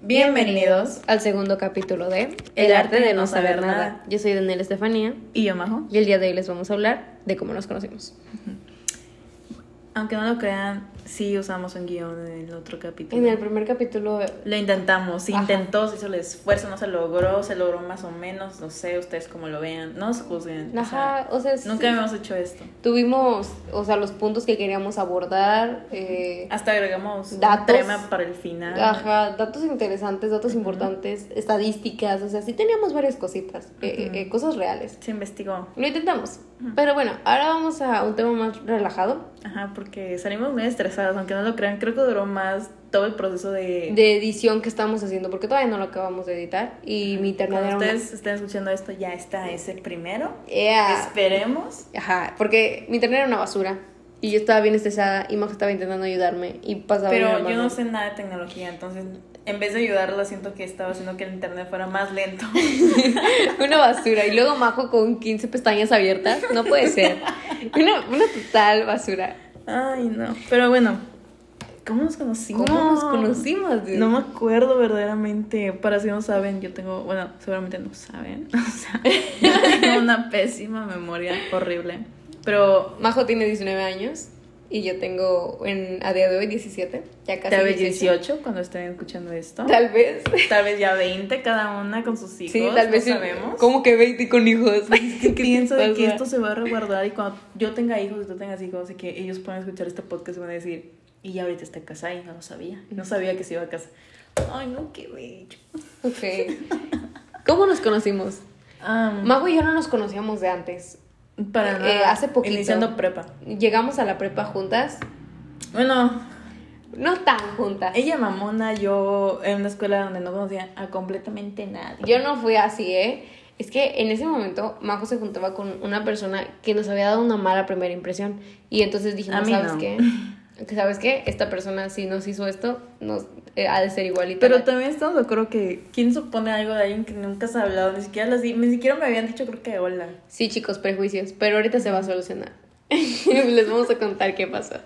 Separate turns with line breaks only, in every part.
Bienvenidos.
al segundo capítulo de
El arte de no saber nada.
Yo soy Daniela Estefanía
Y yo, Majo.
y el día de hoy les vamos a hablar de cómo nos conocimos.
Aunque no lo crean, sí usamos un guión en el otro capítulo.
En el primer capítulo,
Lo intentamos, se
Ajá.
intentó, se hizo el esfuerzo, no se logró, se logró más o menos, no sé, ustedes como lo vean, no nos juzguen. o sea,
ajá, o sea, sí,
nunca habíamos hecho esto.
tuvimos, o sea, los puntos que queríamos abordar, eh,
Hasta agregamos
Datos.
un tema para el final.
ajá, datos interesantes, datos importantes, estadísticas, o sea, sí teníamos varias cositas, eh,
Ujú.
eh, cosas reales.
Se investigó.
Lo intentamos,
Ujú.
pero bueno, ahora vamos a un tema más relajado
Ajá, porque salimos muy estresados, aunque no lo crean, creo que duró más todo el proceso de...
de edición que estamos haciendo, porque todavía no lo acabamos de editar y mi internet
Cuando
era una-
ustedes estén escuchando esto, ya está ese primero.
Yeah.
Esperemos.
Ajá, porque mi internet era una basura. Y yo estaba bien estresada y Majo estaba intentando ayudarme y pasaba
Pero
bien
yo
hermano.
no sé nada de tecnología, entonces en vez de ayudarla siento que estaba haciendo que el internet fuera más lento.
Una basura. Y luego Majo con 15 pestañas abiertas. No puede ser. Una, una total basura.
Ay, no. Pero bueno, ¿cómo nos conocimos?
¿Cómo nos conocimos? dude?
No me acuerdo verdaderamente. Para si no saben, yo tengo, bueno, seguramente no saben. O sea, yo tengo una pésima memoria, horrible. Pero
Majo tiene 19 años y yo tengo en, a día de hoy 17. Ya casi
tal vez 18 cuando estén escuchando esto.
Tal vez.
Tal vez ya 20 cada una con sus hijos.
sí, tal vez.
No sabemos.
Como que 20 con hijos. ¿Qué te
pienso de que
pasa?
esto se va a resguardar y cuando yo tenga hijos y tú tengas hijos, y que ellos puedan escuchar este podcast y van a decir, y ya ahorita está casada y no lo sabía, no sabía que se iba a casar. Ay, no, qué bello.
Ok. ¿Cómo nos conocimos?
Am,
Majo y yo no nos conocíamos de antes.
para
eh,
nada,
hace poquito.
Iniciando prepa.
Llegamos a la prepa juntas.
Bueno,
No tan juntas.
ella mamona, yo en una escuela donde no conocía a completamente nadie.
Yo no fui así, ¿eh? Es que en ese momento Majo se juntaba con una persona que nos había dado una mala primera impresión. Y entonces dijimos,
A mí
¿sabes
no.
qué? Que, ¿Sabes qué? Esta persona si nos hizo esto, nos eh, ha de ser igualita.
Pero también estamos de acuerdo que quién supone algo de alguien que nunca se ha hablado, ni siquiera las, ni siquiera me habían dicho creo que hola.
Sí, chicos, prejuicios. Pero ahorita se va a solucionar. Les vamos a contar qué pasó.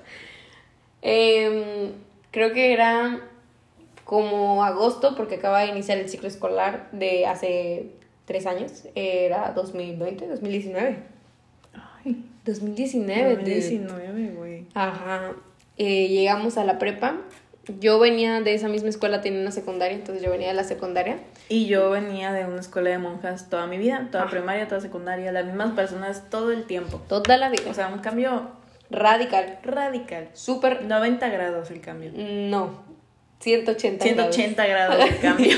Em, creo que era como agosto, porque acaba de iniciar el ciclo escolar de hace tres años. Era 2020, 2019.
Ay,
2019, dude.
19, güey.
Ajá. Eh, llegamos a la prepa. Yo venía de esa misma escuela, tenía una secundaria, entonces yo venía de la secundaria.
Y yo venía de una escuela de monjas toda mi vida, toda
Ah.
primaria, toda secundaria, las mismas personas todo el tiempo.
Toda la vida.
O sea, un cambio
Radical.
radical.
Súper.
90 grados el cambio.
No. 180. grados.
180 grados el cambio.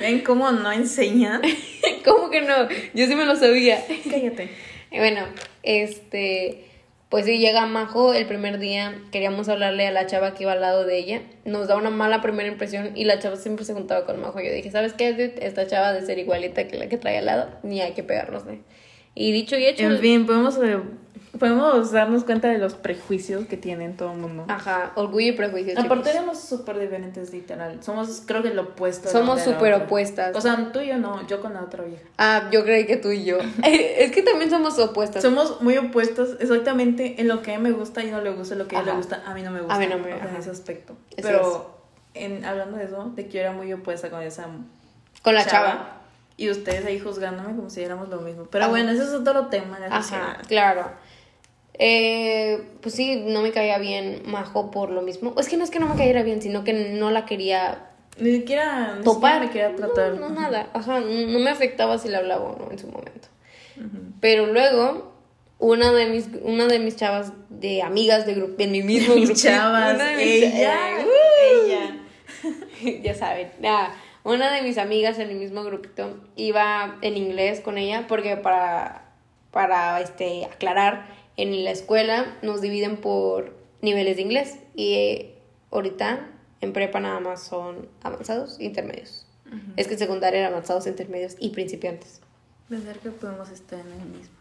¿Ven cómo no enseña?
¿Cómo que no? Yo sí me lo sabía.
Cállate.
Y bueno, este, pues sí, llega Majo el primer día, queríamos hablarle a la chava que iba al lado de ella, nos da una mala primera impresión y la chava siempre se juntaba con Majo. Yo dije, ¿sabes qué? dude? Esta chava de ser igualita que la que trae al lado, ni hay que pegarnos, ¿eh? Y dicho y hecho,
En fin, podemos, eh, podemos darnos cuenta de los prejuicios que tienen todo el mundo.
ajá, orgullo y prejuicio.
Aparte
Ah, chicos.
éramos súper diferentes, literal. Somos, creo que, lo opuesto.
Somos súper
súper
opuestas.
O sea, tú y yo no, yo con la otra vieja.
Ah, yo creí que tú y yo. es que también somos opuestas.
Somos muy opuestos exactamente en lo que a mí me gusta y no le gusta, lo que a ella le
Ajá.
gusta, a mí no me gusta.
A mí no me-
o sea, en
ajá.
ese aspecto.
Así
Pero en, hablando de eso, de que yo era muy opuesta con esa
con la chava.
Y ustedes ahí juzgándome como si éramos lo mismo. Pero
Ajá.
bueno, ese es otro tema. de la
Ajá,
sociedad.
claro. Eh, pues sí, no me caía bien Majo por lo mismo. Es que no es que no me cayera bien, sino que no la quería
Ni siquiera, ni
topar.
siquiera me quería tratar.
No, no, nada. Ajá, no me afectaba si le hablaba o no en su momento.
Ujú.
Pero luego, una de mis, una de mis chavas, de amigas de grupo, en mi mismo
Mis
grupo.
chavas,
una de mis cha-
ella, ¡Uh!
eh,
ella.
ya saben. Nada, una de mis amigas en el mismo grupito iba en inglés con ella porque para, para este, aclarar, en la escuela nos dividen por niveles de inglés y eh, ahorita en prepa nada más son avanzados, e intermedios. Es que en secundaria eran avanzados, intermedios y e principiantes.
Pensar que podemos estar en el mismo.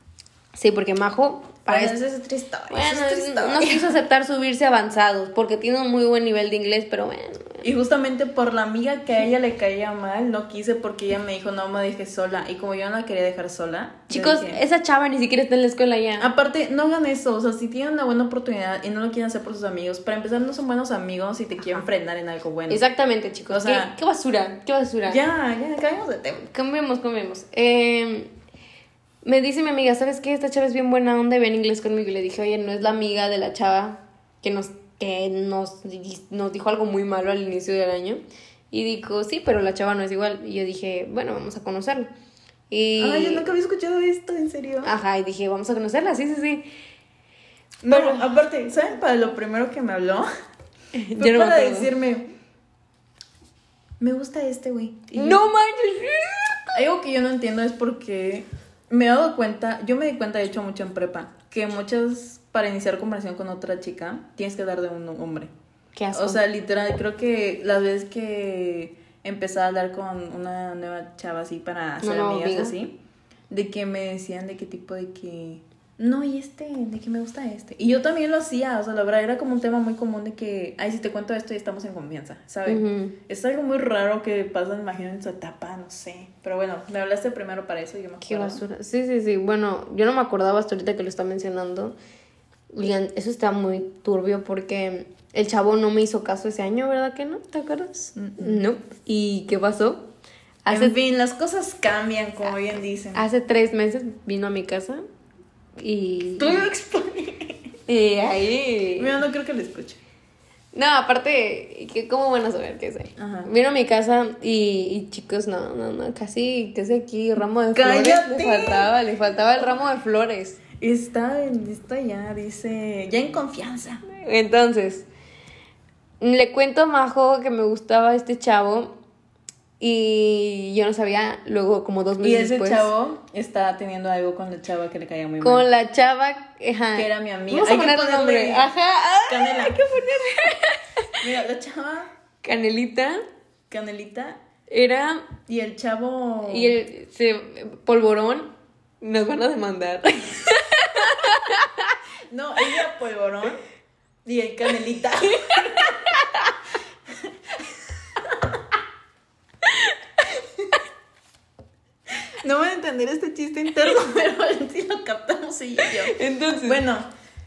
Sí, porque Majo para
Bueno,
este-
esa es otra historia.
bueno,
esa es otra
no,
historia.
no quiso aceptar subirse avanzados porque tiene un muy buen nivel de inglés, pero bueno.
Y justamente por la amiga que a ella le caía mal, no quise porque ella me dijo, no me dejé sola. Y como yo no la quería dejar sola. yo
Chicos,
dije,
esa chava ni siquiera está en la escuela ya.
Aparte, no hagan eso. O sea, si tienen una buena oportunidad y no lo quieren hacer por sus amigos, para empezar, no son buenos amigos y te quieren frenar en algo bueno.
Exactamente, chicos.
O sea-
¿Qué, qué basura, qué basura.
Ya, ya, cambiamos de tema.
Cambiemos, cambiemos. Eh, me dice mi amiga, ¿sabes qué? Esta chava es bien buena onda y ve en inglés conmigo. Y le dije, oye, no es la amiga de la chava que nos, que nos, di- nos dijo algo muy malo al inicio del año. Y dijo, sí, pero la chava no es igual. Y yo dije, bueno, vamos a conocerla. Y... Ah,
Ay, Ah, yo nunca había escuchado esto, en serio.
Ajá, y dije, vamos a conocerla, sí, sí, sí.
No,
Pero-
aparte, ¿saben para lo primero que me habló? Fue
Yo no me
para
acuerdo.
decirme, me gusta este güey. Y yo-
No manches.
Algo que yo no entiendo es porque me he dado cuenta, yo me di cuenta de hecho mucho en prepa, que muchas, para iniciar conversación con otra chica, tienes que dar de un hombre.
Qué asco.
O sea, literal, creo que las veces que empecé a hablar con una nueva chava así para hacer
Nueva
amigas
amiga.
así, de que me decían de qué tipo de que, no, y este, de que me gusta este. Y yo también lo hacía, o sea, la verdad era como un tema muy común de que, ay, si te cuento esto ya estamos en confianza, ¿sabes?
Ujú.
Es algo muy raro que pasa, me imagino, en su etapa, no sé. Pero bueno, me hablaste primero para eso y yo me
Qué
acuerdo.
basura. Sí, sí, sí. Bueno, yo no me acordaba hasta ahorita que lo está mencionando. Oigan, eso está muy turbio porque el chavo no me hizo caso ese año, ¿verdad que no? ¿Te acuerdas? No. ¿Y qué pasó? Hace,
En fin, las cosas cambian, como bien dicen.
hace tres meses vino a mi casa y...
Tú lo expones.
y ahí...
Mira, no creo que lo escuche.
No, aparte, que ¿cómo van a saber qué soy?
Ajá.
Vino a mi casa y, y, chicos, no, no, no, casi, casi aquí, ramo de
¡Cállate!
flores. Le faltaba, le faltaba el ramo de flores.
Está, en- está ya, dice, ya en confianza.
Entonces, le cuento a Majo que me gustaba este chavo y yo no sabía, luego como dos meses
Y ese
Pues después,
chavo está teniendo algo con la chava que le caía muy mal.
con la chava, ajá.
Que era mi amiga.
Vamos a
Hay que
ponerle
ponerle-
nombre. Ajá, ah,
Canela.
hay que ponerle.
Mira, la chava,
Canelita
Canelita,
era
y el chavo...
Y el se- polvorón nos van a demandar.
No, ella polvorón y el Canelita. No voy a entender este chiste interno, pero a ver si lo captamos ella y yo.
Entonces,
Bueno,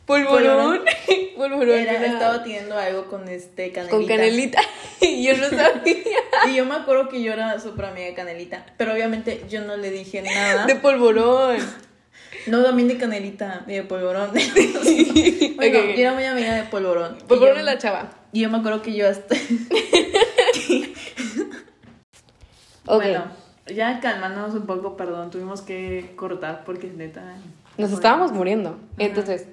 polvorón, polvorón
era,
era
estaba teniendo algo con este Canelita.
con canelita y yo no sabía
Y yo me acuerdo que yo era súper amiga de Canelita, pero obviamente yo no le dije nada.
de polvorón.
No, también de Canelita y de Polvorón. bueno,
Ok, ok.
yo era muy amiga de Polvorón.
Polvorón
Y yo-
es la chava.
Y yo me acuerdo que yo hasta...
Ok.
Bueno, ya calmándonos un poco, perdón, tuvimos que cortar porque neta...
Nos estábamos muriendo. Entonces,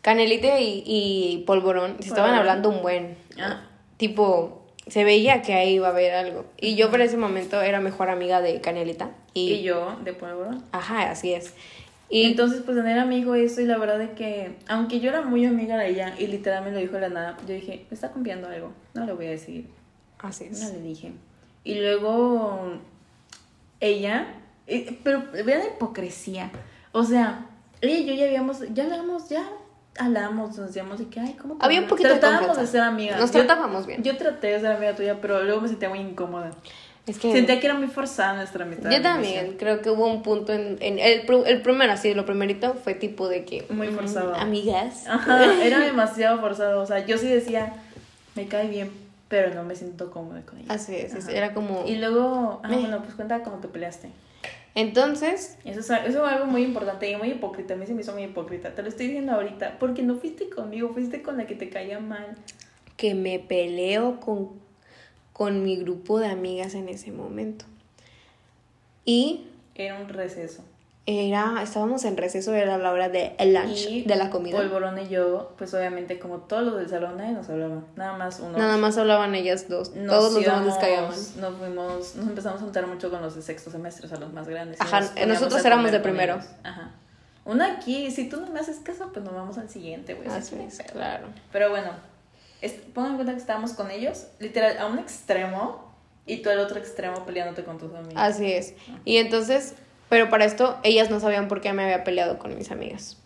Canelita y, y Polvorón se estaban
Polvorón.
hablando un buen.
Ah.
Tipo, se veía que ahí iba a haber algo. Y yo para ese momento era mejor amiga de Canelita. Y,
Y yo de Polvorón.
Ajá, así es.
Y
Y
entonces pues tener amigo eso y la verdad de que, aunque yo era muy amiga de ella y literal me lo dijo de la nada, yo dije, me está confiando algo, no le voy a decir.
así es.
No le dije. Y luego ella, eh, pero vean la hipocresía. O sea, ella y yo ya habíamos, ya hablamos, ya hablamos, nos decíamos de que, ay, ¿cómo? te
Había
va?
un poquito de
Tratábamos de,
confianza.
ser amigas.
Nos
Yo-
tratábamos bien.
Yo traté de ser amiga tuya, pero luego me sentía muy incómoda.
es que
Sentía que era muy forzada nuestra amistad.
yo
al
también
inicio.
creo que hubo un punto en, en el, pr- el primero, así, lo primerito fue tipo de que "Mm,
Muy forzado. Ah.
amigas.
Ajá, era demasiado forzado. O sea, yo sí decía, me cae bien, pero no me siento cómoda con ella.
Así es, es-
Ajá.
era como
Y luego, ah,
Eh.
bueno, pues cuenta cómo te peleaste.
entonces,
Eso es, eso es algo muy importante y muy hipócrita. A mí se me hizo muy hipócrita. Te lo estoy diciendo ahorita. Porque no fuiste conmigo, fuiste con la que te caía mal.
que me peleo con con mi grupo de amigas en ese momento. Y
Era un receso.
era estábamos en receso era la hora de el lunch
Y
de la comida.
Polvorón y yo, pues obviamente, como todos los del salón, nadie nos hablaba. Nada más uno.
Nada más hablaban ellas dos.
Nos
Todos los demás
íbamos,
les caían mal.
Nos fuimos, nos empezamos a juntar mucho con los de sexto semestre, o sea, los más grandes. y
Ajá,
nos poníamos
nosotros
a
éramos
comer
de
con
primero.
ellos. Ajá. Una aquí, si tú no me haces caso, pues nos vamos al siguiente, güey.
Así
Sí,
es,
pero-
claro.
Pero bueno, es- pongan en cuenta que estábamos con ellos, literal, a
Ah,
un extremo y tú al otro extremo peleándote con tus amigos.
Así es. Y entonces Pero para esto, ellas no sabían por qué me había peleado con mis amigas.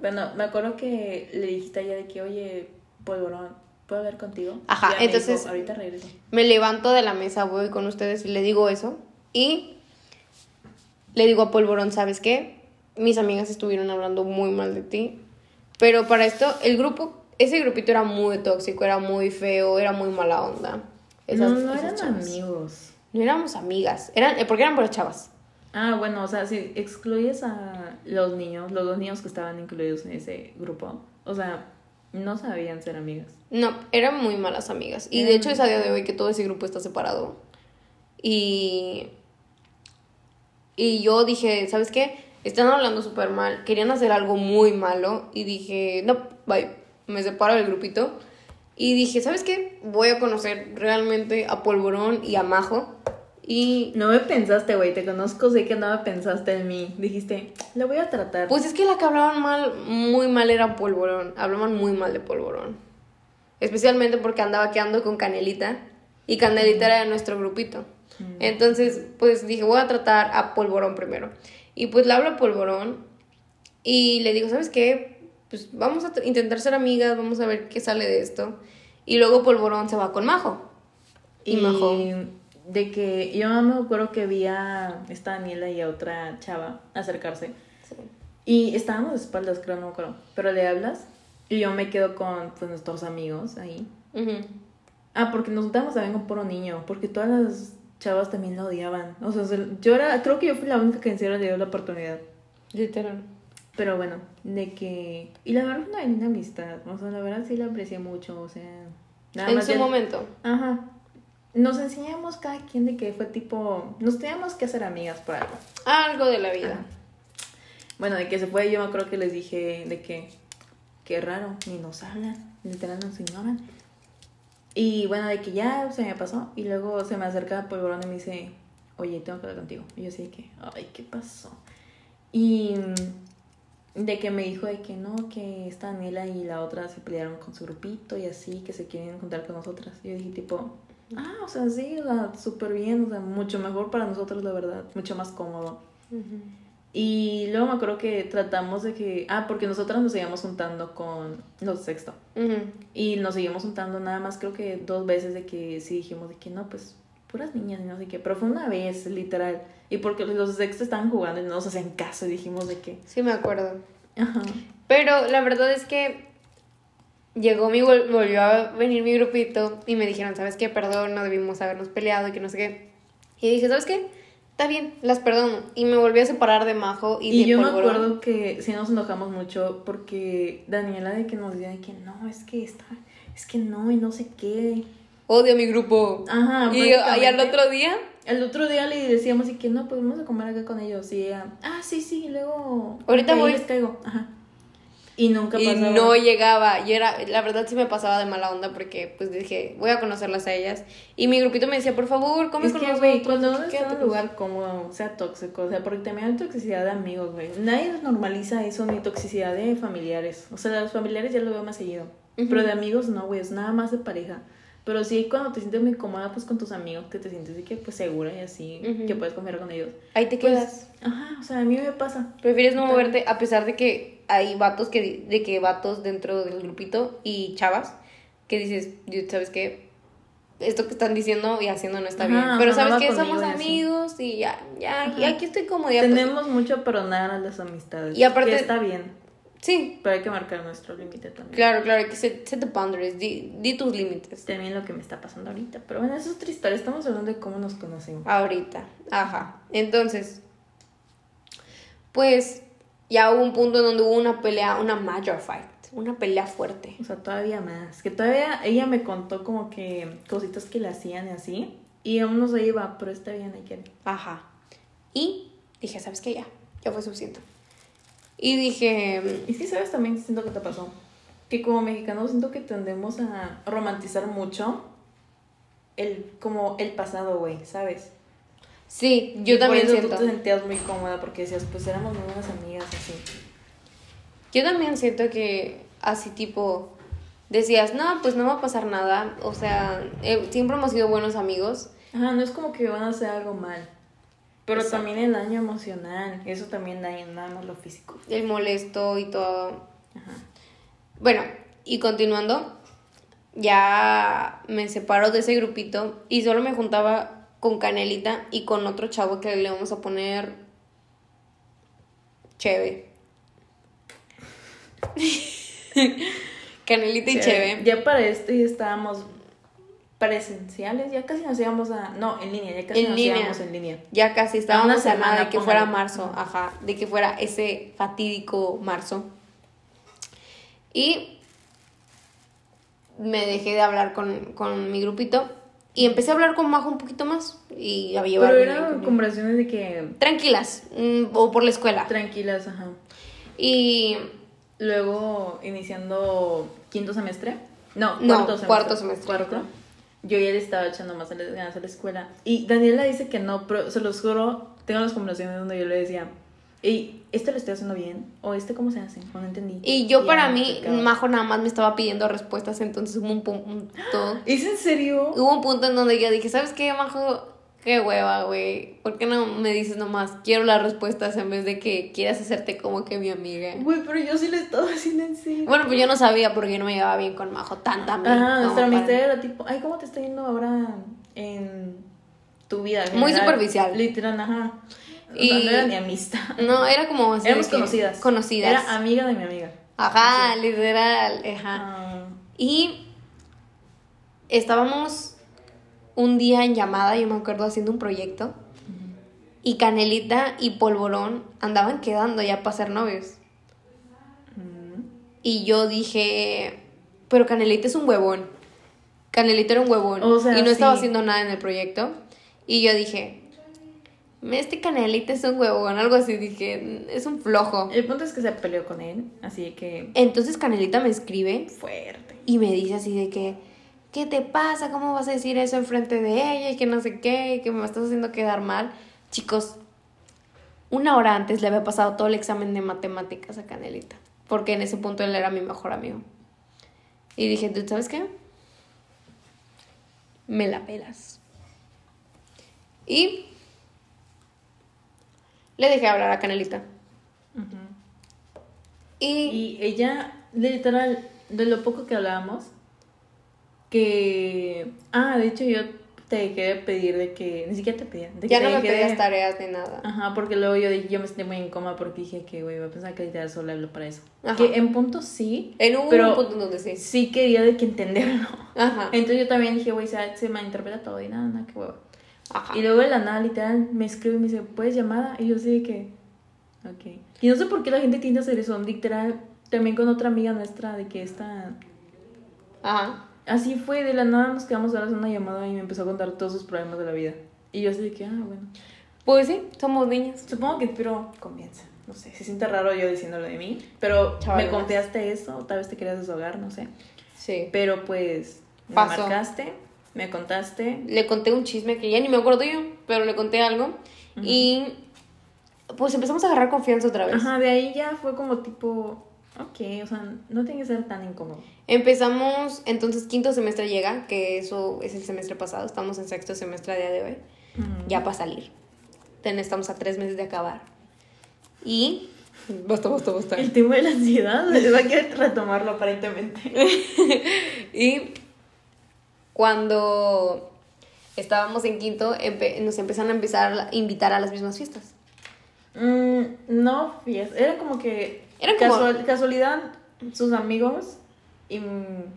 Bueno, me acuerdo que le dijiste ayer de que, oye, polvorón, ¿puedo hablar contigo?
Ajá,
Y ella me
entonces-
dijo, Ahorita regreso.
Me levanto de la mesa, voy con ustedes y le digo eso. Y le digo a Polvorón, ¿sabes qué? Mis amigas estuvieron hablando muy mal de ti. Pero para esto, el grupo, ese grupito era muy tóxico, era muy feo, era muy mala onda. Esas-
no, no
esas
eran
chavas.
amigos.
No éramos amigas, eran, eh, porque eran puras chavas.
Ah, bueno, o sea, si excluyes a los niños, los dos niños que estaban incluidos en ese grupo, o sea, no sabían ser amigas.
No, eran muy malas amigas. Y de hecho es a día de hoy que todo ese grupo está separado. Y... Y yo dije, ¿sabes qué? Están hablando súper mal, querían hacer algo muy malo. Y dije, no, bye, me separo del grupito. Y dije, ¿sabes qué? Voy a conocer realmente a Polvorón y a Majo. Y...
No me pensaste, güey, te conozco, sé que no me pensaste en mí. Dijiste, la voy a tratar.
Pues es que la que hablaban mal, muy mal era Polvorón. Hablaban muy mal de Polvorón. Especialmente porque andaba quedando con Canelita. Y Canelita era de nuestro grupito.
Mm.
Entonces, pues dije, voy a tratar a Polvorón primero. Y pues le hablo a Polvorón y le digo, ¿sabes qué? Pues vamos a tr- intentar ser amigas, vamos a ver qué sale de esto. Y luego Polvorón se va con Majo. Y
Y
Majo.
de que yo me acuerdo que vi a esta Daniela y a otra chava acercarse. Y estábamos de espaldas, creo, no me acuerdo. Pero le hablas y yo me quedo con pues, nuestros amigos ahí.
Ujú.
Ah, porque nos juntamos también con puro niño, porque todas las chavas también lo odiaban. O sea, se- yo era, creo que yo fui la única que en serio le dio la oportunidad.
Literal.
Pero bueno, de que... Y la verdad fue una linda amistad, o sea, la verdad sí la aprecié mucho, o sea... Nada
en
más
su
ya-
momento.
Ajá. Nos enseñamos cada quien de que fue tipo... Nos teníamos que hacer amigas por algo.
Algo de la vida.
Bueno, de que se fue, yo me acuerdo que les dije de que, qué raro, ni nos hablan, literal nos ignoran. Y bueno, de que ya se me pasó y luego se me acerca Polvorón y me dice, oye, tengo que hablar contigo. Y yo así de que, ay, ¿qué pasó? Y mm, de que me dijo de que no, que esta Daniela y la otra se pelearon con su grupito y así, que se quieren juntar con nosotras. Y yo dije tipo, ah, o sea, sí, o sea, súper bien, o sea, mucho mejor para nosotros, la verdad, mucho más cómodo. Y luego me acuerdo que tratamos de que. Ah, porque nosotras nos seguíamos juntando con los sexto.
Ujú.
Y nos seguimos juntando nada más, creo que dos veces de que sí dijimos de que no, pues puras niñas y no sé qué. Pero fue una vez, literal. Y porque los sexto estaban jugando y no nos hacían caso y dijimos de que.
Sí, me acuerdo.
Ajá.
Pero la verdad es que llegó mi vol- volvió a venir mi grupito y me dijeron, ¿sabes qué? Perdón, no debimos habernos peleado y que no sé qué. Y dije, ¿sabes qué? Está bien, las perdono. Y me volví a separar de Majo y,
Y,
de
yo me
Polvorón.
acuerdo que sí nos enojamos mucho porque Daniela de que nos decía de que no, es que está. Es que no, y no sé qué.
Odio a mi grupo.
Ajá,
y, y al
prácticamente.
otro día,
El otro día le decíamos y que no, pues vamos a comer acá con ellos. Y ella, ah, sí, sí, luego.
Ahorita
ahí
voy.
les caigo. Ajá. Y nunca
y
pasaba.
no llegaba. Y era, la verdad sí me pasaba de mala onda porque pues dije, voy a conocerlas a ellas. Y mi grupito me decía, por favor, come
es
con
que,
nosotros.
güey, cuando uno está pues, en un
quédate".
lugar cómodo, sea tóxico, o sea, porque también hay toxicidad de amigos, güey. Nadie normaliza eso, ni toxicidad de familiares. O sea, de los familiares ya lo veo más seguido.
Ujú.
Pero de amigos no, güey, es nada más de pareja. Pero sí, cuando te sientes muy cómoda, pues con tus amigos, que te sientes de que, pues segura y así,
Ujú.
que puedes confiar con ellos.
Ahí te
Pues,
quedas.
Ajá, o sea, a mí me pasa.
Prefieres no moverte a pesar de que hay vatos que di- de que vatos dentro del grupito y chavas que dices, "Dude, ¿sabes qué? Esto que están diciendo y haciendo no está
Ajá,
bien. Pero
ajá,
sabes
va
que
conmigo
somos
y así.
amigos y ya, ya, y
Ajá.
aquí estoy cómoda. ya, pues".
Tenemos mucho a perdonar a las amistades.
Y aparte-
Que está bien.
Sí,
Pero hay que marcar nuestro límite también.
claro, claro, hay que set, set the boundaries, di, di tus límites.
También lo que me está pasando ahorita. Pero bueno, eso es otra historia. Estamos hablando de cómo nos conocimos.
Ahorita, ajá. Entonces, pues ya hubo un punto en donde hubo una pelea, una major fight, una pelea fuerte.
O sea, todavía más. Que todavía ella me contó como que cositas que le hacían y así. Y aún no se iba, pero está bien, hay que.
Ajá. Y dije, ¿sabes qué? Ya, ya fue suficiente. Y dije,
Y sí, sabes también, siento que te pasó. Que como mexicanos siento que tendemos a romantizar mucho el, como el pasado, güey, ¿sabes?
sí, yo
Y
también
por eso
siento.
tú te sentías muy cómoda porque decías, pues éramos muy buenas amigas así.
Yo también siento que así tipo, decías, no, pues no va a pasar nada. O sea, eh, siempre hemos sido buenos amigos.
Ajá, no es como que van a hacer algo mal. Pero también el daño emocional, eso también daña nada más lo físico.
El molesto y todo.
Ajá.
Bueno, y continuando, ya me separo de ese grupito y solo me juntaba con Canelita y con otro chavo que le vamos a poner Cheve. Canelita y Cheve.
Ya para esto ya estábamos presenciales, ya casi nos íbamos a... No, en línea, ya casi
En
nos
línea.
íbamos en línea.
Ya casi estábamos a nada
semana,
de que fuera
póngale.
marzo, ajá, de que fuera ese fatídico marzo. Y me dejé de hablar con, con mi grupito y empecé a hablar con Majo un poquito más y a llevar
Pero
mi-
eran conversaciones de que
tranquilas mm, o por la escuela.
tranquilas, ajá.
Y
Luego, iniciando quinto semestre. No,
No,
cuarto semestre.
cuarto semestre.
Cuarto. Yo ya le estaba echando más ganas a la escuela. Y Daniela dice que no, pero se los juro, tengo las conversaciones donde yo le decía, y ¿esto lo estoy haciendo bien? ¿O este cómo se hace? O no entendí.
y yo para
era
mí
complicado.
Majo nada más me estaba pidiendo respuestas, entonces hubo un punto
¿Es en serio?
Hubo un punto en donde yo dije, ¿sabes qué, Majo? Qué hueva, güey. ¿Por qué no me dices nomás? Quiero las respuestas en vez de que quieras hacerte como que mi amiga.
Güey, pero yo sí lo estaba haciendo en serio.
Bueno, pues yo no sabía por qué no me llevaba bien con Majo tan tan bien.
Ajá,
como
nuestra
para-
amistad era tipo, ay, ¿cómo te está yendo ahora en tu vida?
Muy
general?"
superficial.
Literal, ajá.
Y-
No, no era ni amistad.
No, era como así. de
Éramos
que-
conocidas.
Conocidas.
Era amiga de mi amiga.
Ajá, literal. Ajá.
Ah,
Y estábamos un día en llamada, yo me acuerdo, haciendo un proyecto. Y Canelita y Polvorón andaban quedando ya para ser novios.
mm.
Y yo dije, pero Canelita es un huevón. Canelita era un huevón.
O sea,
y no estaba
sí.
haciendo nada en el proyecto. Y yo dije, este Canelita es un huevón, algo así. Dije, es un flojo.
El punto es que se peleó con él, así que
Entonces Canelita me escribe
fuerte.
y me dice así de que, ¿qué te pasa? ¿Cómo vas a decir eso enfrente de ella? Y que no sé qué, y que me estás haciendo quedar mal. Chicos, una hora antes le había pasado todo el examen de matemáticas a Canelita, porque en ese punto él era mi mejor amigo. Y dije, ¿tú sabes qué? Me la pelas. Y le dejé hablar a Canelita. Y,
Y ella, literal, de lo poco que hablábamos, que... Ah, de hecho yo te dejé de pedir de que... Ni siquiera te pedía. de que
ya
te
no me
dejé de- Ah.
pedías tareas ni nada.
Ajá, porque luego yo, dije- yo me sentí muy en coma porque dije que, güey, voy a pensar que literal solo hablo para eso.
Ajá.
Que en punto sí,
En un
Pero-
punto en donde sí.
sí quería de que entenderlo.
Ajá.
Entonces yo también dije, güey, se, se malinterpreta todo y nada, nada, qué huevo.
Ajá.
Y luego de la nada, literal, me escribe y me dice, ¿puedes llamada? Y yo así de que, ok. Y no sé por qué la gente tiende a hacer eso, literal, también con otra amiga nuestra de que esta...
Ajá.
Así fue, de la nada nos quedamos horas en una llamada y me empezó a contar todos sus problemas de la vida. Y yo así de que, ah, bueno.
Pues sí, somos niñas.
Supongo que inspiro confianza. No sé, se siente raro yo diciéndolo de mí, pero
Chaval,
me
más.
confiaste eso, tal vez te querías desahogar, no sé.
Sí.
Pero pues me
Pasó.
marcaste, me contaste.
Le conté un chisme que ya ni me acuerdo yo, pero le conté algo. Y pues empezamos a agarrar confianza otra vez.
Ajá, de ahí ya fue como tipo, ok, o sea, no tiene que ser tan incómodo.
Empezamos, entonces quinto semestre llega, que eso es el semestre pasado, estamos en sexto semestre a día de hoy,
Mm.
ya para salir. Ten- Estamos a tres meses de acabar. Y... Basta, basta, basta.
El tema de la ansiedad, va a querer retomarlo aparentemente.
Y cuando estábamos en quinto, empe- nos empezaron a empezar a invitar a las mismas fiestas.
Mm, no, fies- era como que
Era como-
casual- casualidad, sus amigos y... mm, de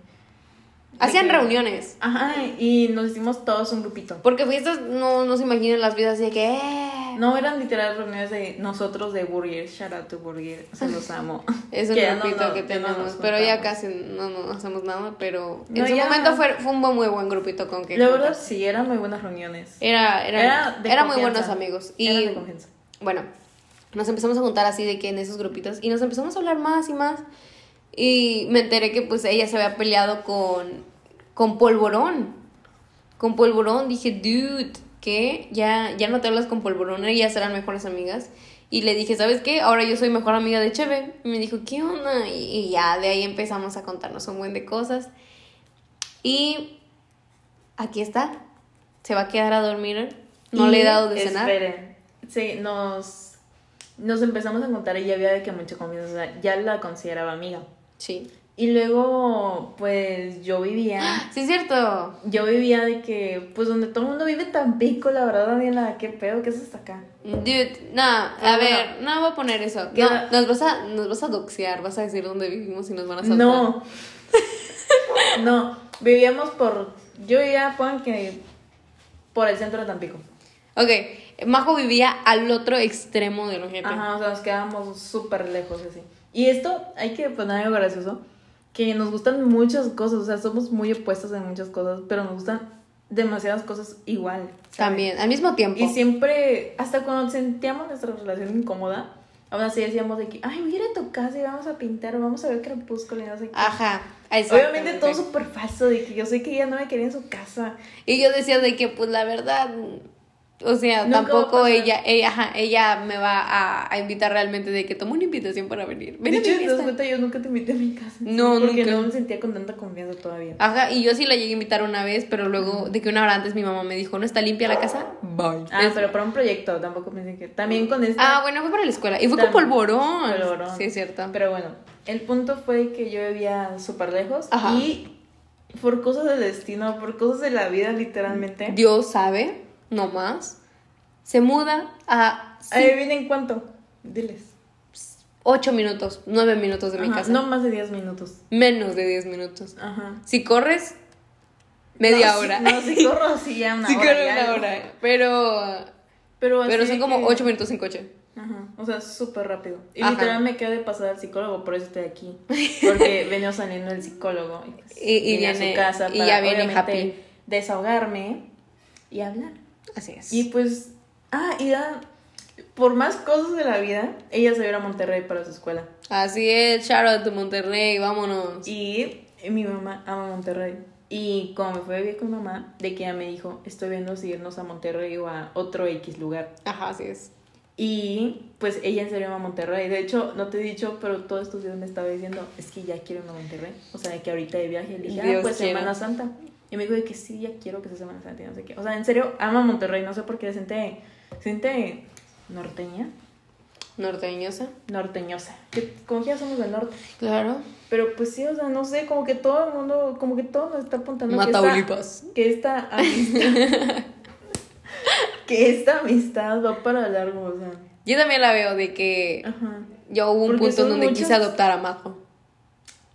Hacían
que-
reuniones.
Ajá, y nos hicimos todos un grupito.
Porque fiestas no, no se imaginan las vidas así de que... "Eh".
No eran literal reuniones de nosotros de Burger, shout out to Burger, se los amo.
Es un
Que ya no,
grupito
no,
que
ya no nos
tenemos, pero ya
juntamos.
casi no, no hacemos nada, pero en
No,
su
ya.
momento fue, fue un buen- muy buen grupito con que...
La verdad
juntarse.
sí, eran muy buenas reuniones.
Era, era,
Era de
era muy
confianza.
buenos amigos. Y
Eran de confianza.
bueno, nos empezamos a juntar así de que en esos grupitos y nos empezamos a hablar más y más. Y me enteré que pues ella se había peleado con, con Polvorón. Con Polvorón dije, dude, ¿qué? Ya, ya no te hablas con Polvorón, ellas eran mejores amigas. Y le dije, ¿sabes qué? Ahora yo soy mejor amiga de Cheve. Y me dijo, ¿qué onda? Y, y ya de ahí empezamos a contarnos un buen de cosas. Y aquí está. Se va a quedar a dormir. No
Y
le he dado de cenar.
Esperen, sí, nos, nos empezamos a encontrar y ya había de que mucha confianza, o sea, ya la consideraba amiga.
Sí.
Y luego, pues yo vivía,
Sí, es cierto.
yo vivía de que, pues donde todo el mundo vive tan pico, la verdad, Daniela, qué pedo, ¿qué es hasta acá?
Dude, no, a
Ah,
ver, no voy a poner eso.
Ya.
No, nos vas a, nos vas a doxear, vas a decir dónde vivimos y nos van a saltar.
No, no, vivíamos por, yo vivía, pongan que, por el centro de Tampico.
Ok, Majo vivía al otro extremo del ojete.
Ajá, o sea, nos quedábamos súper lejos así. Y esto, hay que poner algo gracioso, que nos gustan muchas cosas, o sea, somos muy opuestas en muchas cosas, pero nos gustan demasiadas cosas igual. ¿sabes?
También, al mismo tiempo.
Y siempre, hasta cuando sentíamos nuestra relación incómoda, aún así decíamos de que, ay, voy a ir a tu casa y vamos a pintar, o vamos a ver crepúsculo y no sé qué.
Ajá.
Obviamente
Ah, exactamente.
todo súper falso, de que yo sé que ella no me quería en su casa.
Y yo decía de que, pues la verdad, o sea,
Nunca va a
tampoco
pasar.
ella, ella, ajá, ella me va a, a invitar realmente de que toma una invitación para venir. Ven
de
a mi
hecho, si te das
fiesta.
cuenta, yo nunca te invité a mi casa.
No,
porque
nunca.
no me sentía con tanta confianza todavía.
Ajá, y yo sí la llegué a invitar una vez, pero luego de que una hora antes mi mamá me dijo, ¿no está limpia la casa? Bye.
Ah, pero para un proyecto, tampoco pensé que. También con este, esta.
Ah, bueno, fue para la escuela. Y fue con
También.
polvorón.
Polvorón.
Sí, es cierto.
Pero bueno, el punto fue que yo vivía súper lejos
Ajá.
y por cosas del destino, por cosas de la vida, literalmente.
Dios sabe, no más. Se muda a
Ahí vienen cuánto. Diles.
8 minutos, 9 minutos de mi
Ajá,
casa.
No más de 10 minutos.
Menos de 10 minutos.
Ajá.
Si corres, media
No,
hora.
Si, no, si corro, sí, ya una
Sí,
hora.
claro,
ya
una
algo.
hora. Pero,
Pero, así
pero
de
son como
que-
8 minutos en coche.
Ajá. O sea, súper rápido. Y
Ajá.
literal me quedé de pasar al psicólogo, por eso estoy aquí. Porque venía saliendo del psicólogo. Y, pues,
Y- y
vine a su
viene-
casa
y
para,
ya viene
obviamente,
happy.
desahogarme y hablar.
Así es.
Y pues, ah, y ya, por más cosas de la vida, ella se iba a ir a Monterrey para su escuela.
Así es, Charo de Monterrey, vámonos.
Y mi mamá ama Monterrey. Y cuando me fue a vivir con mamá, de que ella me dijo, estoy viendo si irnos a Monterrey o a otro X lugar.
Ajá, así es.
Y pues ella en serio ama Monterrey. De hecho, no te he dicho, pero todos estos días me estaba diciendo, es que ya quiero irme a Monterrey. O sea, de que ahorita de viaje. Le dije, ah,
Dios
pues
quiera.
Semana Santa. Y me dijo de que sí, ya quiero que sea Semana Santa y no sé qué. O sea, en serio, ama Monterrey. No sé por qué se siente, se siente norteña.
Norteñosa.
norteñosa. Que como que ya somos del norte.
Claro.
Pero pues sí, o sea, no sé, como que todo el mundo, como que todo nos está apuntando que esta-
Mataulipas.
que esta amistad. que esta amistad va para largo, o sea.
Yo también la veo de que
Ajá.
yo hubo un
Porque
punto en
son
donde
muchas. Eh.
quise adoptar a Majo.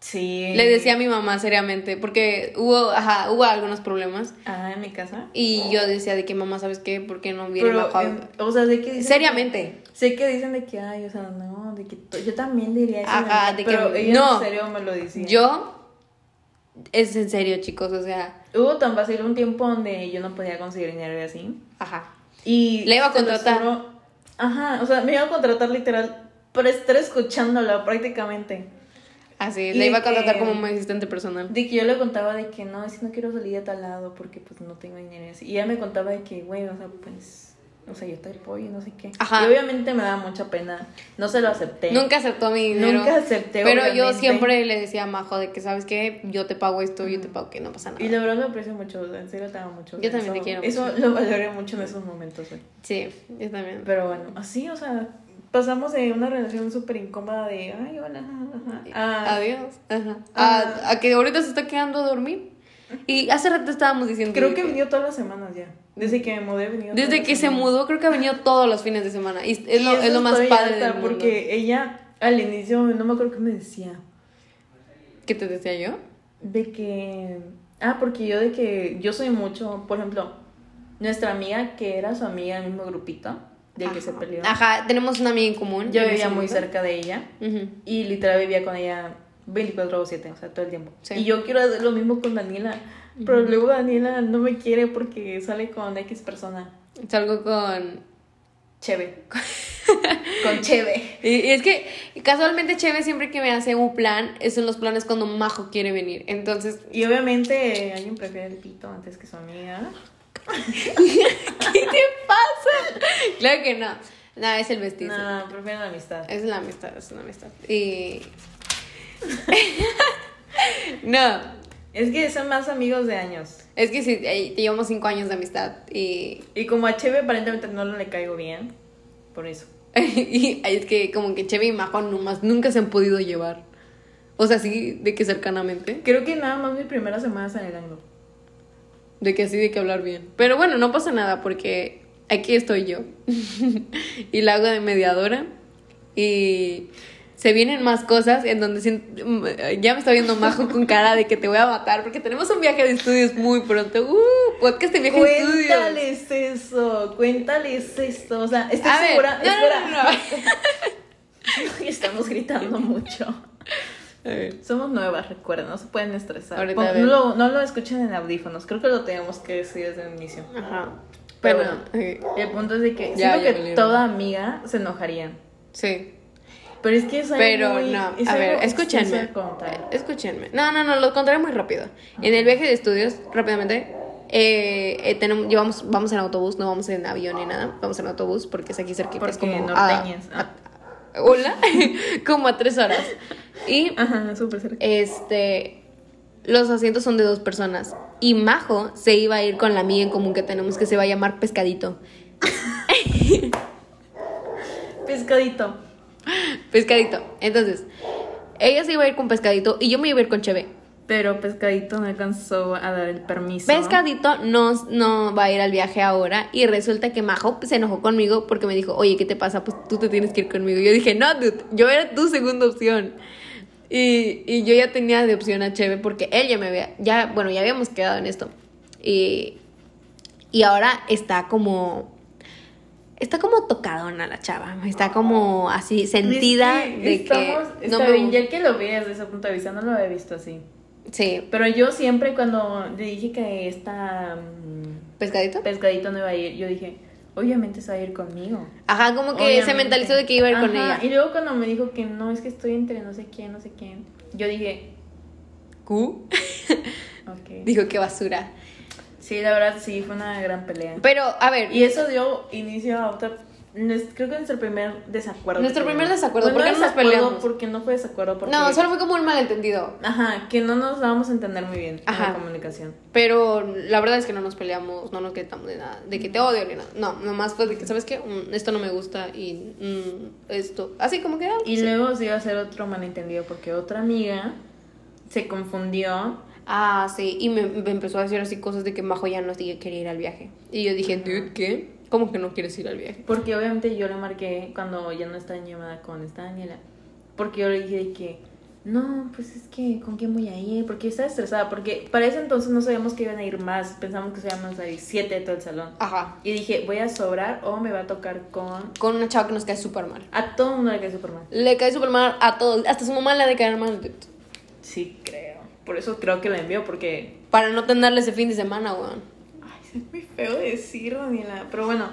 Sí.
Le decía a mi mamá seriamente, porque hubo, ajá, hubo algunos problemas.
Ah, en mi casa.
Y yo decía de que mamá, ¿sabes qué? ¿Por qué no viene
Pero,
Majo? a-
em, o sea, sé que dicen.
Seriamente.
Sé que dicen de que, ay, o sea, no, de que to- yo también diría eso.
Ajá,
¿no?
de que
pero ella
no.
en serio me lo decía.
Yo, es en serio, chicos, o sea,
Hubo tan fácil un tiempo donde yo no podía conseguir dinero y así.
ajá.
Y
Le iba a
te lo
contratar.
juro- ajá, o sea, me iba a contratar literal por estar escuchándola prácticamente.
Así,
Y
la
de
iba a contratar
que-
como mi asistente personal.
De que yo le contaba de que no, es que no quiero salir de tal lado porque pues no tengo dinero y así. Y ella me contaba de que, güey, o sea, pues, o sea, yo te apoyo y no sé qué.
Ajá.
Y obviamente me daba mucha pena, no se lo acepté.
Nunca aceptó mi dinero.
Nunca acepté,
Pero yo
obviamente.
siempre le decía a Majo de que, ¿sabes qué? Yo te pago esto, yo te pago que no pasa nada.
Y la verdad lo aprecio mucho, o sea, en serio te amo mucho. o sea,
Yo también te
eso-
quiero
Eso
mucho.
lo valoré mucho en esos momentos, güey.
Sí, yo también.
Pero bueno, así, o sea, pasamos de una relación súper incómoda de, ay, hola, ajá, ajá, a-
Adiós. Ajá.
Ah.
A, a que ahorita se está quedando a dormir. Y hace rato estábamos diciendo.
Creo
de
que he venido todas las semanas ya. Desde que me mudé he venido.
Desde
todas
que
las
se
semanas.
mudó, creo que ha venido todos los fines de semana. Y es,
Y
lo,
eso
es lo más
estoy
padre
harta
del mundo.
Porque ella al inicio no me acuerdo qué me decía.
¿Qué te decía yo?
De que. Ah, porque yo de que. Yo soy mucho. Por ejemplo, nuestra amiga que era su amiga del mismo grupito. De que se
Ajá.
peleó.
Ajá, tenemos una amiga en común.
Yo
en ese
vivía muy
mundo.
cerca de ella.
Ujú.
Y literal vivía con ella 24 o 7, o sea, todo el tiempo.
Sí.
Y yo quiero hacer lo mismo con Daniela. Pero luego Daniela no me quiere porque sale con X persona.
Salgo con.
Cheve. con Cheve.
Y, y es que casualmente Cheve siempre que me hace un plan, es en los planes cuando Majo quiere venir. Entonces,
Y obviamente alguien prefiere el pito antes que su amiga.
¿qué te pasa? claro que no. No, es el vestido.
No, prefieren la amistad.
Es la amistad, es una amistad. Y. no,
Es que son más amigos de años.
es que sí, eh, te llevamos cinco años de amistad y.
Y como a Cheve aparentemente no le caigo bien. por eso.
y es que como que Chevy y Majo nomás nunca se han podido llevar. O sea, sí, de que cercanamente.
Creo que nada más mi primera semana en el ángulo.
De que así, de que hablar bien. Pero bueno, no pasa nada porque aquí estoy yo. y la hago de mediadora. Y se vienen más cosas en donde siento- mm, ya me está viendo Majo con cara de que te voy a matar porque tenemos un viaje de estudios muy pronto. ¡Uh! Podcast de viaje de estudios.
Cuéntales eso, cuéntales esto. O sea, estoy
A ver,
segura.
no,
espera.
no, no, no.
Estamos gritando mucho.
A ver.
Somos nuevas, recuerden, no se pueden estresar.
Ahorita
Pon-
a ver.
no, lo, no lo escuchen en audífonos, creo que lo tenemos que decir desde el inicio.
Ajá.
Pero
bueno, ok.
El punto es de que
Ya,
siento
ya
que
valieron.
toda amiga se enojaría.
sí.
Pero es que es algo
Pero
muy-
no,
es
a
algo
ver,
extenso
escúchenme.
de contar.
Escúchenme. No, no, no, lo contaré muy rápido. En el viaje de estudios, rápidamente, eh, eh, tenemos, llevamos, vamos en autobús, no vamos en avión ni nada, vamos en autobús porque es aquí cerquita, es
Porque
como a,
norteñas. Ah,
hola, como a tres horas. Y
Ajá, súper cerca.
este, los asientos son de dos personas. Y Majo se iba a ir con la amiga en común que tenemos que se va a llamar Pescadito.
Pescadito.
Pescadito. Entonces, ella se iba a ir con Pescadito y yo me iba a ir con Cheve.
Pero Pescadito no alcanzó a dar el permiso.
Pescadito no, no va a ir al viaje ahora y resulta que Majo se enojó conmigo porque me dijo, oye, ¿qué te pasa? Pues tú te tienes que ir conmigo. Yo dije, no, dude, yo era tu segunda opción. Y, y yo ya tenía de opción a Cheve porque él ya me había, ya, bueno, ya habíamos quedado en esto. Y, y ahora está como... Está como tocadona la chava, está como así sentida
Es que
de
estamos-
que
está
me
bien,
gu-
ya que lo vi desde ese punto de vista, no lo había visto así.
Sí,
Pero yo siempre cuando le dije que esta mm,
pescadito.
pescadito no iba a ir, yo dije, obviamente se va a ir conmigo.
Ajá, como que se
Obviamente.
mentalizó de que iba a ir con
Ajá,
ella.
Y luego cuando me dijo que no, es que estoy entre no sé quién, no sé quién, yo dije,
¿Cu?
ok.
Dijo que basura.
Sí, la verdad sí, fue una gran pelea.
Pero, a ver,
Y eso dio inicio a otra. nues- Creo que nuestro primer desacuerdo.
Nuestro
que
primer
tuvimos.
desacuerdo,
Bueno,
¿por qué no nos
desacuerdo,
peleamos?
Porque no fue desacuerdo. Porque,
no, solo fue como un malentendido.
Ajá, que no nos dábamos a entender muy bien en
Ajá.
la comunicación.
Pero la verdad es que no nos peleamos, no nos gritamos de nada, de que te odio ni nada. No, nomás fue de que, ¿sabes qué? Mm, esto no me gusta y mm, esto. Así como que. ah,
Y
sí.
luego se iba a hacer otro malentendido porque otra amiga se confundió.
Ah, sí. Y me, me empezó a decir así cosas de que Majo ya no quería ir al viaje. Y yo dije, dude, ¿qué? ¿Cómo que no quieres ir al viaje?
Porque obviamente yo le marqué cuando ya no estaba en llamada con esta Daniela. Porque yo le dije de que, no, pues es que, ¿con quién voy a ir? Porque yo estaba estresada. Porque para ese entonces no sabíamos que iban a ir más. Pensamos que íbamos a ir siete de todo el salón.
Ajá.
Y dije, voy a sobrar o me va a tocar con.
Con una chava que nos cae súper mal.
A todo el mundo le cae Superman.
Le cae súper mal a todos. Hasta su mamá le ha de caer mal. dude.
Sí, creo. Por eso creo que la envió, porque.
Para no tenerle ese fin de semana, weón.
Ay, es muy feo decir, Daniela. Pero bueno,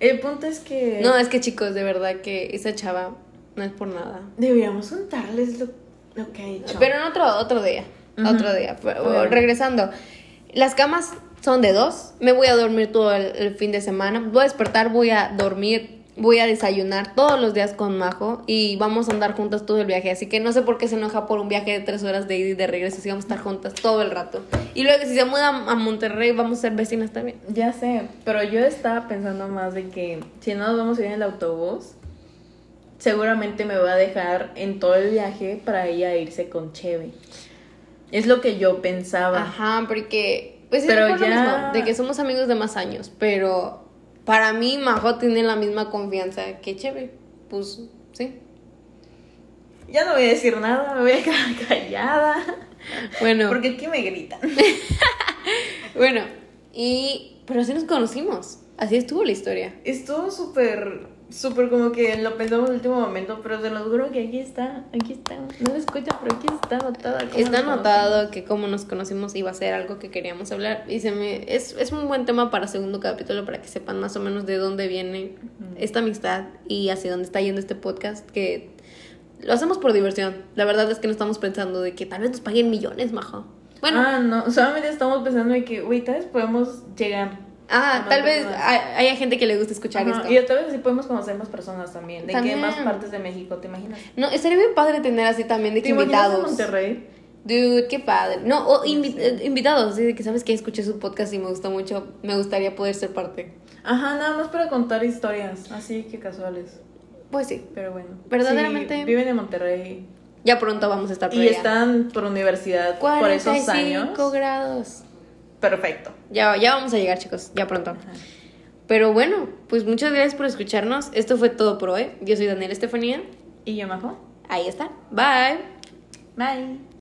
el punto es que.
No, es que chicos, de verdad que esa chava no es por nada.
Deberíamos contarles lo, lo que ha hecho.
Pero en otro, otro día.
Ujú.
Otro día. Pero,
Obviamente.
Regresando. Las camas son de dos. Me voy a dormir todo el, el fin de semana. Voy a despertar, voy a dormir, voy a desayunar todos los días con Majo y vamos a andar juntas todo el viaje. Así que no sé por qué se enoja por un viaje de tres horas de ida y de regreso. Si vamos a estar juntas todo el rato. Y luego si se muda a Monterrey vamos a ser vecinas también.
Ya sé, pero yo estaba pensando más de que si no nos vamos a ir en el autobús, seguramente me va a dejar en todo el viaje para ella irse con Cheve. Es lo que yo pensaba.
Ajá, porque. Pues
Ah. Pero
es por lo
ya-
mismo, de que somos amigos de más años. Pero para mí, Majo tiene la misma confianza que Cheve. Pues sí.
Ya no voy a decir nada, me voy a quedar callada.
Bueno,
Porque aquí me gritan.
bueno. Y. Pero así nos conocimos. Así estuvo la historia.
Estuvo súper, súper como que lo pensamos en el último momento, pero te lo juro que aquí está, aquí está. No lo escuchan, pero aquí está anotada. cómo
Está
nos
anotado que como nos conocimos iba a ser algo que queríamos hablar. Y se me, es, es un buen tema para segundo capítulo para que sepan más o menos de dónde viene esta amistad y hacia dónde está yendo este podcast. Que lo hacemos por diversión. La verdad es que no estamos pensando de que tal vez nos paguen millones, majo. Bueno,
Ah, no, solamente estamos pensando en que, güey, tal vez podemos llegar.
ah,
no,
tal
no,
vez
no.
hay, haya gente que le guste escuchar
Ajá,
esto.
Y tal vez sí podemos conocer más personas también. De que
También.
más partes de México, ¿te imaginas?
No, estaría bien padre tener así también de
¿Te
que
imaginas en
invitados.
Monterrey?
Dude, qué padre. No, o invi- eh, invitados, así de que sabes que escuché su podcast y me gustó mucho, me gustaría poder ser parte.
Ajá, nada más para contar historias, así que casuales.
Pues sí,
Pero bueno.
Verdaderamente-
si viven en Monterrey.
ya pronto vamos a estar por
Y
allá.
están por universidad por esos
45
años.
grados.
Perfecto.
Ya, ya vamos a llegar, chicos, ya pronto. Pero bueno, pues muchas gracias por escucharnos. Esto fue todo por hoy. Yo soy Daniela Estefanía.
Y yo, Majo.
Ahí está. Bye.
Bye.